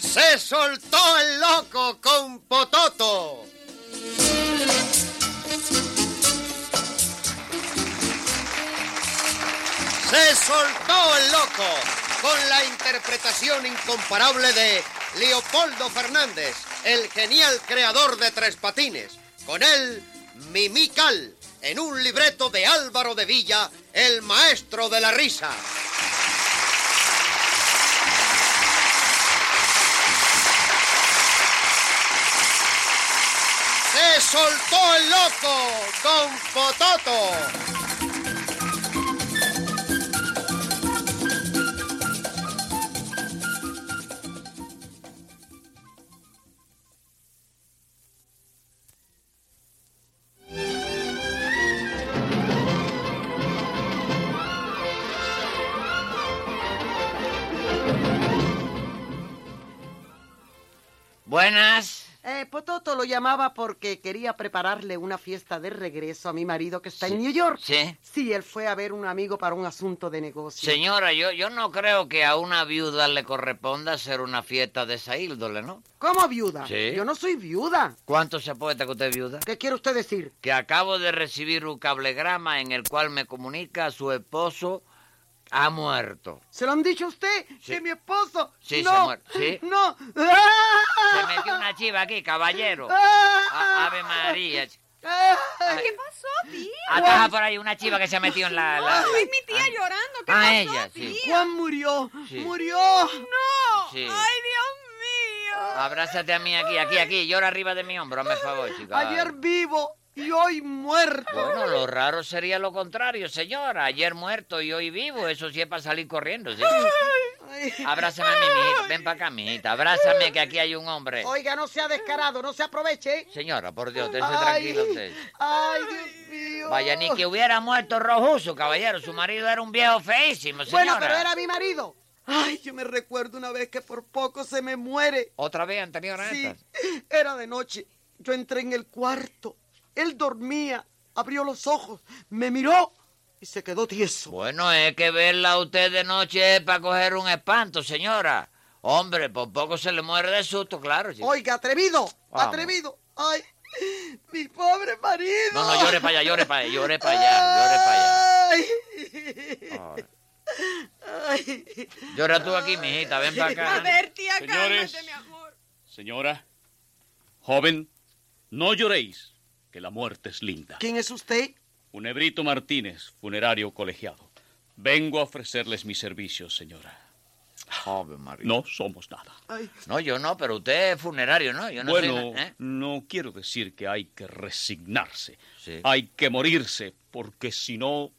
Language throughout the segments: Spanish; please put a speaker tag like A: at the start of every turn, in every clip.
A: Se soltó el loco con Pototo. Se soltó el loco con la interpretación incomparable de Leopoldo Fernández, el genial creador de Tres Patines. Con él, Mimical, en un libreto de Álvaro de Villa, el maestro de la risa. Se soltó el loco, don Pototo.
B: Buenas.
C: Eh, Pototo lo llamaba porque quería prepararle una fiesta de regreso a mi marido que está
B: Sí,
C: en New York.
B: sí.
C: Sí, él fue a ver un amigo para un asunto de negocio.
B: Señora, yo, yo no creo que a una viuda le corresponda hacer una fiesta de esa índole, ¿no?
C: ¿Cómo viuda?
B: Sí.
C: Yo no soy viuda.
B: ¿Cuánto se apuesta que usted es viuda?
C: ¿Qué quiere usted decir?
B: Que acabo de recibir un cablegrama en el cual me comunica su esposo ha muerto.
C: ¿Se lo han dicho a usted?
B: Sí.
C: Que mi esposo.
B: Sí, se
C: no,
B: muere- sí.
C: No.
B: Se metió una chiva aquí, caballero. A- Ave María.
C: Ay,
D: ¿Qué pasó, tío?
B: Ataja por ahí una chiva que se ha metido en la... la-
D: Ay, mi tía llorando. ¿Qué
B: Ah,
D: pasó,
B: ella, sí.
D: tía?
C: Juan murió.
B: Sí.
C: Murió.
D: No.
B: Sí.
D: Ay, Dios mío.
B: Abrázate a mí aquí, aquí, aquí. Llora arriba de mi hombro, hazme favor, chica.
C: Ayer vivo y hoy muerto.
B: Bueno, lo raro sería lo contrario, señora. Ayer muerto y hoy vivo. Eso sí es para salir corriendo, ¿sí?
C: Ay.
B: Abrázame, mijita. Ven para acá, mijita. Abrázame, que aquí hay un hombre.
C: Oiga, no sea descarado, no se aproveche. ¿eh?
B: Señora, por Dios, dése tranquilo usted.
C: Ay, Dios mío.
B: Vaya, ni que hubiera muerto Rojuso, caballero. Su marido era un ¿eh? viejo feísimo, señora.
C: Bueno, pero era mi marido. Ay, yo me recuerdo una vez que por poco se me muere.
B: ¿Otra vez han tenido
C: Sí,
B: rentas?
C: era de noche. Yo entré en el cuarto. Él dormía, abrió los ojos, me miró y se quedó tieso.
B: Bueno, es que verla a usted de noche es para coger un espanto, señora. Hombre, por poco se le muere de susto, claro. chico.
C: Oiga, atrevido,
B: Vamos.
C: atrevido. Ay, mi pobre marido.
B: No, no, llore para allá, llore para allá, llore para allá, llore para allá.
C: Ay.
B: Ahora.
C: Ay.
B: Llora tú aquí, mijita, ven para acá.
D: A ver, tía,
E: Señores.
D: cálmate, mi amor.
E: Señora, joven, no lloréis, que la muerte es linda.
C: ¿Quién es usted?
E: Funebrito Martínez, funerario colegiado. Vengo a ofrecerles mis servicios, señora.
B: Ave María.
E: No somos nada.
C: Ay.
B: No, yo no, pero usted es funerario, ¿no? Yo no
E: bueno,
B: soy na- ¿eh?
E: no quiero decir que hay que resignarse.
B: Sí.
E: Hay que morirse, porque si no,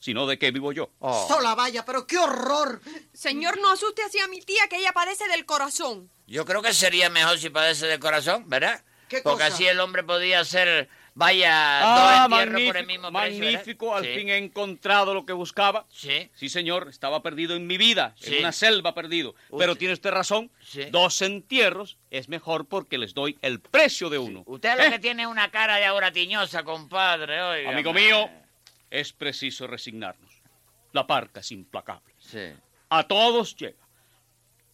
E: si no, ¿de qué vivo yo?
B: Oh.
C: Sola vaya, pero qué horror.
D: Señor, no asuste así a mi tía, que ella padece del corazón.
B: Yo creo que sería mejor si padece de corazón, ¿verdad?
C: ¿Qué
B: Porque
C: cosa?
B: así el hombre podía hacer, vaya,
E: ah,
B: dos entierros por el
E: magnífico,
B: mismo precio, ¿verdad?
E: magnífico, al
B: Sí,
E: fin he encontrado lo que buscaba.
B: Sí.
E: Sí, señor, estaba perdido en mi vida,
B: Sí.
E: en una selva perdido.
B: Usted-
E: Pero tiene usted razón,
B: Sí.
E: dos entierros es mejor porque les doy el precio de uno.
B: Usted lo
E: ¿Eh?
B: que tiene es una cara de ahora tiñosa, compadre, oiga.
E: Amigo mío, es preciso resignarnos. La parca es implacable.
B: Sí.
E: A todos llega.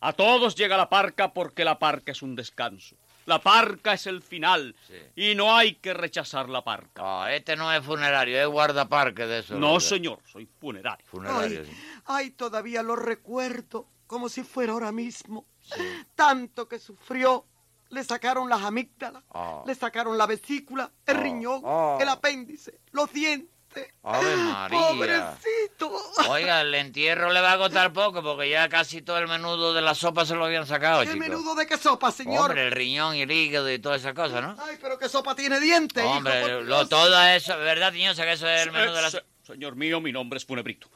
E: A todos llega la parca porque la parca es un descanso. La parca es el final
B: Sí.
E: y no hay que rechazar la parca.
B: Ah, este no es funerario, es guardaparque de eso.
E: No, señor, soy funerario.
B: Funerario,
C: Ay,
B: sí.
C: ay, todavía lo recuerdo como si fuera ahora mismo. Tanto que sufrió. Le sacaron las amígdalas,
B: Ah.
C: le sacaron la vesícula, el riñón,
B: ah.
C: el apéndice, los dientes.
B: Ave María.
C: Pobrecito.
B: Oiga, el entierro le va a costar poco porque ya casi todo el menudo de la sopa se lo habían sacado,
C: qué
B: chico.
C: menudo de qué sopa, señor.
B: Hombre, el riñón y el hígado y todas esas cosas, ¿no?
C: Ay, pero qué sopa tiene dientes. hijo, por
B: Hombre, lo,
C: Dios.
B: todo eso, ¿verdad, tiñosa? Que eso es el menudo de la
E: Eh,
B: sopa.
E: se- Señor mío, mi nombre es Funebrito.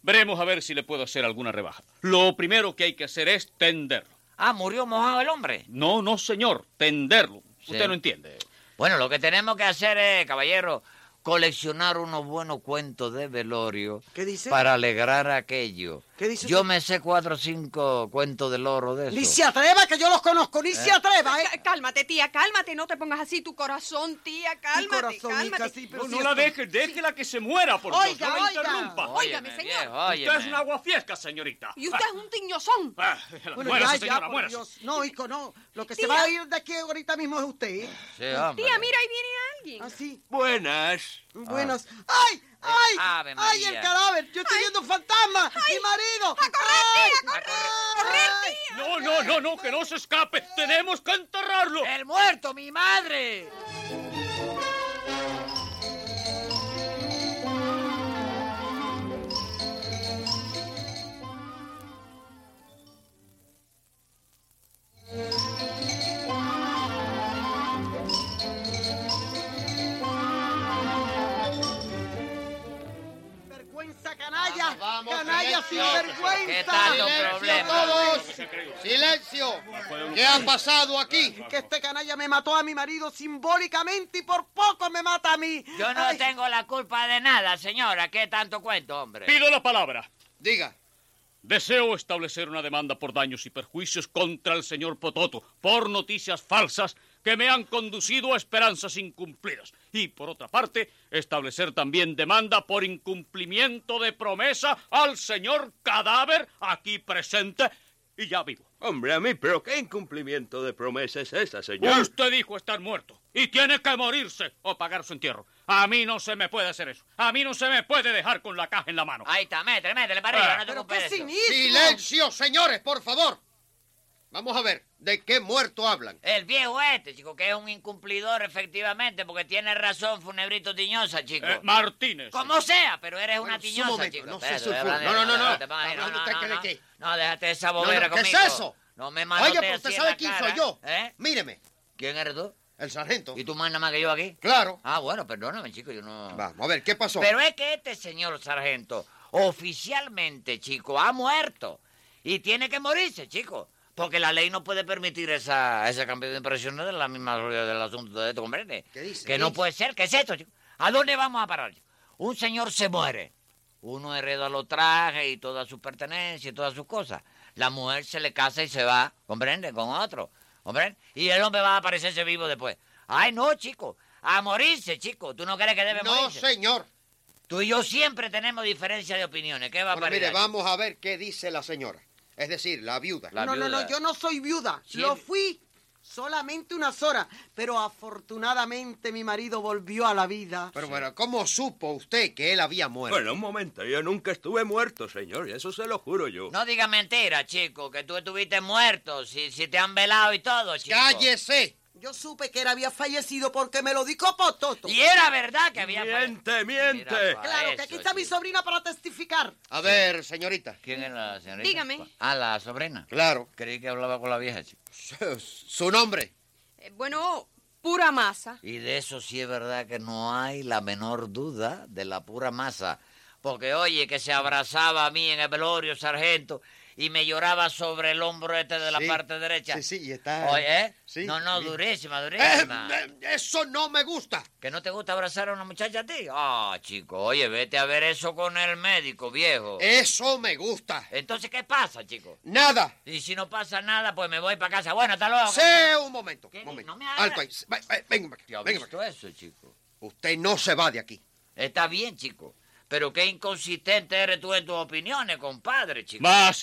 E: Veremos a ver si le puedo hacer alguna rebaja. Lo primero que hay que hacer es tenderlo.
B: Ah, murió mojado el hombre.
E: No, no, señor, tenderlo.
B: Sí.
E: Usted no entiende.
B: Bueno, lo que tenemos que hacer es, caballero, coleccionar unos buenos cuentos de velorio
C: ¿Qué dice?
B: para alegrar aquello.
C: ¿Qué dice
B: Yo
C: usted?
B: me sé cuatro o cinco cuentos de loro de
C: Ni
B: esos.
C: se atreva, que yo los conozco, ni se atreva, ¿eh?
D: Cá- Cálmate, tía, cálmate. No te pongas así tu corazón, tía. Cálmate,
C: corazón, hija,
D: cálmate.
C: sí, pero-
E: No,
C: si
E: no la
C: esto-
E: deje, déjela que se muera, por
C: Oiga,
E: Dios, no la
C: oiga.
E: interrumpa.
D: Óigame, señor.
B: viejo, óyeme.
E: Usted es una aguafiesca, señorita.
D: Y usted es un tiñozón.
E: Ah,
C: Bueno,
E: muérase,
C: ya, ya,
E: señora,
C: por
E: muérase.
C: Dios. No, hijo, no. Lo que se
D: Tía.
C: va a ir de aquí ahorita mismo es usted, ¿eh?
B: Sí, hombre.
D: Tía, mira, ahí viene alguien.
C: Así.
F: Buenas.
C: Buenos. ¡Ay! ¡Ay!
B: Ah. Eh, Ave
C: ¡Ay,
B: María.
C: el cadáver! ¡Yo estoy viendo un fantasma! ¡Mi marido!
D: ¡A correr,
C: ¡Ay!
D: tía! ¡A correr!
C: ¡Ay!
D: ¡Correr, tía!
E: No, no, no, no, que no se escape. Tenemos que enterrarlo.
C: Eh.
B: ¡El muerto, mi madre!
C: ¡Vergüenza, canalla!
A: Vamos, vamos,
C: ¡Canalla sin
A: silencio.
C: vergüenza!
B: ¿Qué tanto problema?
C: todos!
A: ¡Silencio! ¿Qué ha pasado aquí?
C: Que este canalla me mató a mi marido simbólicamente y por poco me mata a mí.
B: Yo no
C: Ay,
B: tengo la culpa de nada, señora. ¿Qué tanto cuento, hombre?
E: Pido la palabra.
A: Diga,
E: Deseo establecer una demanda por daños y perjuicios contra el señor Pototo por noticias falsas que me han conducido a esperanzas incumplidas. Y por otra parte, establecer también demanda por incumplimiento de promesa al señor cadáver aquí presente y ya vivo.
F: Hombre, a mí, pero ¿qué incumplimiento de promesa es esa, señor?
E: Usted dijo estar muerto y tiene que morirse o pagar su entierro. A mí no se me puede hacer eso. A mí no se me puede dejar con la caja en la mano.
B: Ahí está, métele, métele para arriba,
E: Ah.
B: no te
C: pero
B: ocupes de
C: qué
B: eso.
C: cinismo.
A: silencio, señores, por favor. Vamos a ver, ¿de qué muerto hablan?
B: El viejo este, chico, que es un incumplidor, efectivamente, porque tiene razón, Funebrito Tiñosa, chico.
E: Eh, Martínez.
B: Como sea, pero eres una
A: Bueno, su
B: tiñosa,
A: momento,
B: chico.
A: no se
B: Espérate,
A: sulfure.
B: déjame,
A: No, no, no, no.
B: te pongas ahí,
A: ¿Está hablando usted que de qué?
B: No, déjate esa
A: No, no,
B: bobera
A: ¿Qué es
B: conmigo.
A: eso?
B: No me malotees
A: Oye, pero usted
B: así en
A: sabe
B: la
A: quién
B: cara.
A: soy yo.
B: ¿Eh?
A: Míreme,
B: ¿Quién eres tú?
A: el sargento.
B: ¿Y tú más nada más que yo aquí?
A: Claro.
B: Ah, bueno, perdóname, chico, yo no...
A: Vamos, a ver, ¿qué pasó?
B: Pero es que este señor sargento, oficialmente, chico, ha muerto. Y tiene que morirse, chico. Porque la ley no puede permitir esa, ese cambio de impresiones de la misma gloria del asunto de esto, comprende?
A: ¿Qué dice?
B: Que
A: ¿Qué
B: no
A: dice?
B: puede ser. ¿Qué es esto, chico? ¿A dónde vamos a parar? chico? Un señor se muere. Uno hereda los trajes y todas sus pertenencias y todas sus cosas. La mujer se le casa y se va, ¿comprende? Con otro, ¿comprende? Y el hombre va a aparecerse vivo después. Ay, no, chico. A morirse, chico. ¿Tú no crees que debe
A: no,
B: morirse?
A: señor.
B: Tú y yo siempre tenemos diferencia de opiniones. ¿Qué va
A: Bueno,
B: a
A: mire, vamos a ver qué dice la señora. Es decir, la viuda.
B: La-
C: no, no,
B: viuda.
C: no, yo no soy viuda.
B: Sí,
C: Lo
B: el-
C: fui solamente unas horas. Pero afortunadamente mi marido volvió a la vida.
A: Pero bueno, ¿cómo supo usted que él había muerto?
F: Bueno, un momento, yo nunca estuve muerto, señor, y eso se lo juro yo.
B: No digas mentira, chico, que tú estuviste muerto, si, si te han velado y todo, chico.
A: ¡Cállese!
C: Yo supe que él había fallecido porque me lo dijo Pototo.
B: Y era verdad que había...
F: Miente,
B: Mira,
F: miente.
B: pa-
C: Claro, que
B: eso,
C: aquí está mi
B: chico.
C: sobrina para testificar.
A: A ver, señorita.
B: ¿Quién es la señorita?
D: Dígame.
B: Ah, la sobrina.
A: Claro.
B: Creí que hablaba con la vieja, chico.
A: Su nombre.
D: Eh, bueno, pura masa.
B: Y de eso sí es verdad que no hay la menor duda de la pura masa. Porque oye, que se abrazaba a mí en el velorio, sargento, y me lloraba sobre el hombro este de la
A: Sí,
B: parte derecha.
A: sí, sí, y está-
B: Oye, ¿eh?
A: sí,
B: no, no,
A: mira.
B: durísima,
A: Eh,
B: durísima.
A: eh, eso no me gusta.
B: ¿Que no te gusta abrazar a una muchacha a ti? Ah, chico, oye, vete a ver eso con el médico, viejo.
A: Eh. Eso me gusta.
B: Entonces, ¿qué pasa, chico?
A: Nada.
B: Y si no pasa nada, pues me voy para casa. Bueno, hasta luego.
A: Sí, un momento.
B: ¿Qué?
A: Un momento.
B: No me hagas.
A: Alto ahí. Va- va- Venga, para
B: ¿Te ha
A: acá, venga. para acá.
B: visto eso, chico?
A: Usted no se va de aquí.
B: Está bien, chico. Pero qué inconsistente eres tú en tus opiniones, compadre, chico.
E: Más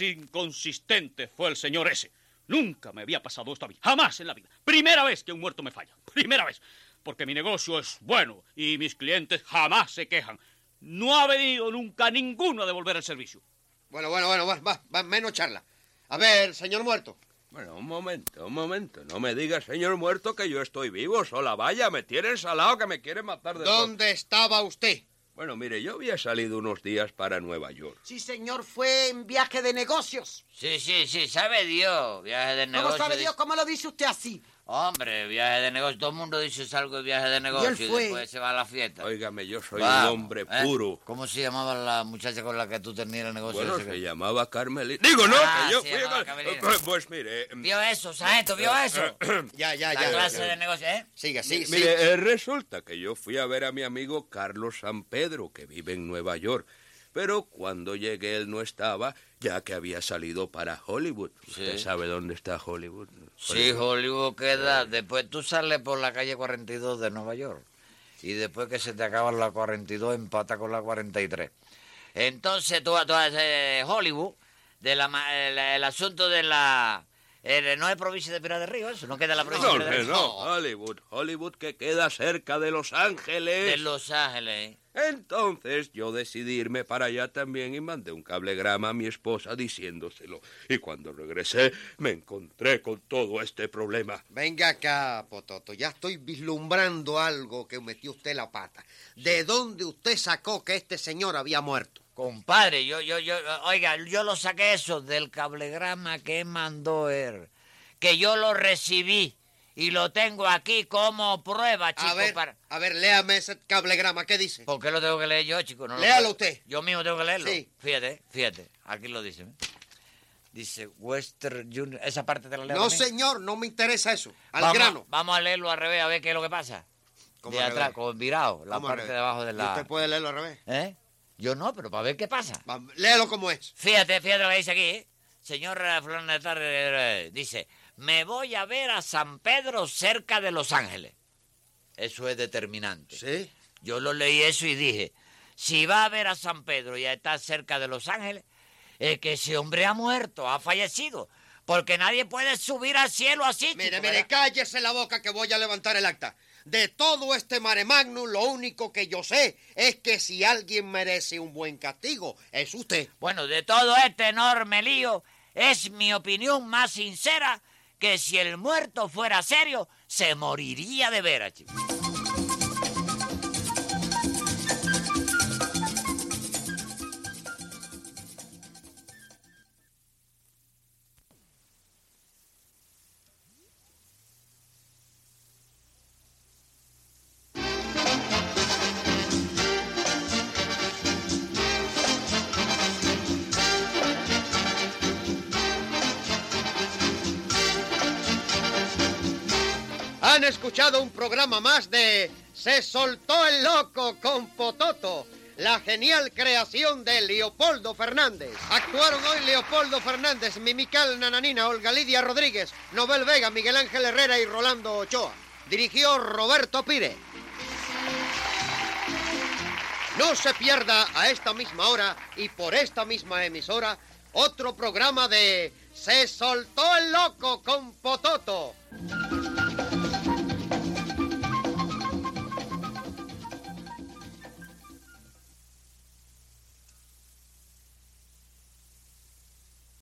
E: inconsistente fue el señor ese. Nunca me había pasado esto a mí. Jamás en la vida. Primera vez que un muerto me falla. Primera vez. Porque mi negocio es bueno y mis clientes jamás se quejan. No ha venido nunca ninguno a devolver el servicio.
A: Bueno, bueno, bueno, va, va, va, menos charla. A ver, señor muerto.
F: Bueno, un momento, un momento. No me diga, señor muerto, que yo estoy vivo. Sola vaya, me tienen salado que me quieren matar de todo.
A: ¿Dónde estaba usted?
F: Bueno, mire, yo había salido unos días para Nueva York.
C: Sí, señor, fue en viaje de negocios.
B: Sí, sí, sí, sabe Dios. Viaje de negocio.
C: ¿Cómo sabe Dios cómo lo dice usted así?
B: Hombre, viaje de negocio. Todo el mundo dice salgo de viaje de negocio y,
C: fue.
B: después se va a la fiesta.
F: Óigame, yo soy
B: Vamos,
F: un hombre
B: ¿eh?
F: puro.
B: ¿Cómo se llamaba la muchacha con la que tú tenías el negocio?
F: Bueno,
B: ese que-
F: se llamaba Carmelita. Digo, no,
B: Ah,
F: que yo
B: se
F: fui
B: llamaba
F: a-
B: Carmelita.
F: Pues, Pues mire, eh,
B: ¿Vio eso, sargento? ¿Vio eso?
A: Ya, ya,
B: La
A: ya.
B: clase de negocio, ¿eh?
A: Siga, sí, sí.
F: mire, eh, resulta que yo fui a ver a mi amigo Carlos San Pedro, que vive en Nueva York. Pero cuando llegué él no estaba, ya que había salido para Hollywood. ¿Usted sabe dónde está Hollywood?
B: Sí, Hollywood queda. Después tú sales por la calle 42 de Nueva York. Y después que se te acaba la 42, empata con la 43. Entonces tú vas tú vas, eh, Hollywood, de la, ma- el, el asunto de la. el- no es provincia de Pinar del Río, eso, no queda en la provincia de
F: No,
B: Pinar
F: no,
B: del Río.
F: no, Hollywood, Hollywood que queda cerca de Los Ángeles.
B: De Los Ángeles.
F: Entonces yo decidí irme para allá también y mandé un cablegrama a mi esposa diciéndoselo. Y cuando regresé me encontré con todo este problema.
A: Venga acá, Pototo. Ya estoy vislumbrando algo que metió usted la pata. ¿De dónde usted sacó que este señor había muerto?
B: Compadre, yo, yo, yo, oiga, yo lo saqué eso del cablegrama que mandó él, que yo lo recibí y lo tengo aquí como prueba, chico.
A: A ver,
B: para...
A: a ver, léame ese cablegrama. ¿Qué dice?
B: ¿Por qué lo tengo que leer yo, chico? No lo
A: Léalo
B: puedo-
A: usted.
B: Yo mismo tengo que leerlo.
A: Sí.
B: Fíjate, fíjate, aquí lo dice. ¿eh? Dice Western Junior, esa parte te la leo.
A: No,
B: también?
A: señor, no me interesa eso. Al
B: vamos,
A: grano.
B: Vamos a leerlo al revés a ver qué es lo que pasa.
A: ¿Cómo
B: de
A: al
B: atrás,
A: revés?
B: con virado, la
A: Vamos al
B: parte
A: revés.
B: de abajo de
A: ¿Y
B: la.
A: Usted puede leerlo al revés.
B: ¿Eh? Yo no, pero para ver qué pasa.
A: Vamos, léalo como es.
B: Fíjate, fíjate lo que dice aquí, ¿eh? Señor eh, Fulano de Tal, eh, eh, dice, me voy a ver a San Pedro cerca de Los Ángeles. Eso es determinante.
A: Sí.
B: Yo lo leí eso y dije, si va a ver a San Pedro y está cerca de Los Ángeles, es que ese hombre ha muerto, ha fallecido, porque nadie puede subir al cielo así.
A: Mire,
B: chico,
A: mire,
B: ¿verdad?
A: cállese la boca que voy a levantar el acta. De todo este mare magnum, lo único que yo sé es que si alguien merece un buen castigo, es usted.
B: Bueno, de todo este enorme lío, es mi opinión más sincera que si el muerto fuera serio, se moriría de veras, chico.
A: Han escuchado un programa más de Se soltó el loco con Pototo, la genial creación de Leopoldo Fernández. Actuaron hoy Leopoldo Fernández, Mimical Nananina, Olga Lidia Rodríguez, Nobel Vega, Miguel Ángel Herrera y Rolando Ochoa. Dirigió Roberto Pire. No se pierda a esta misma hora y por esta misma emisora otro programa de Se soltó el loco con Pototo.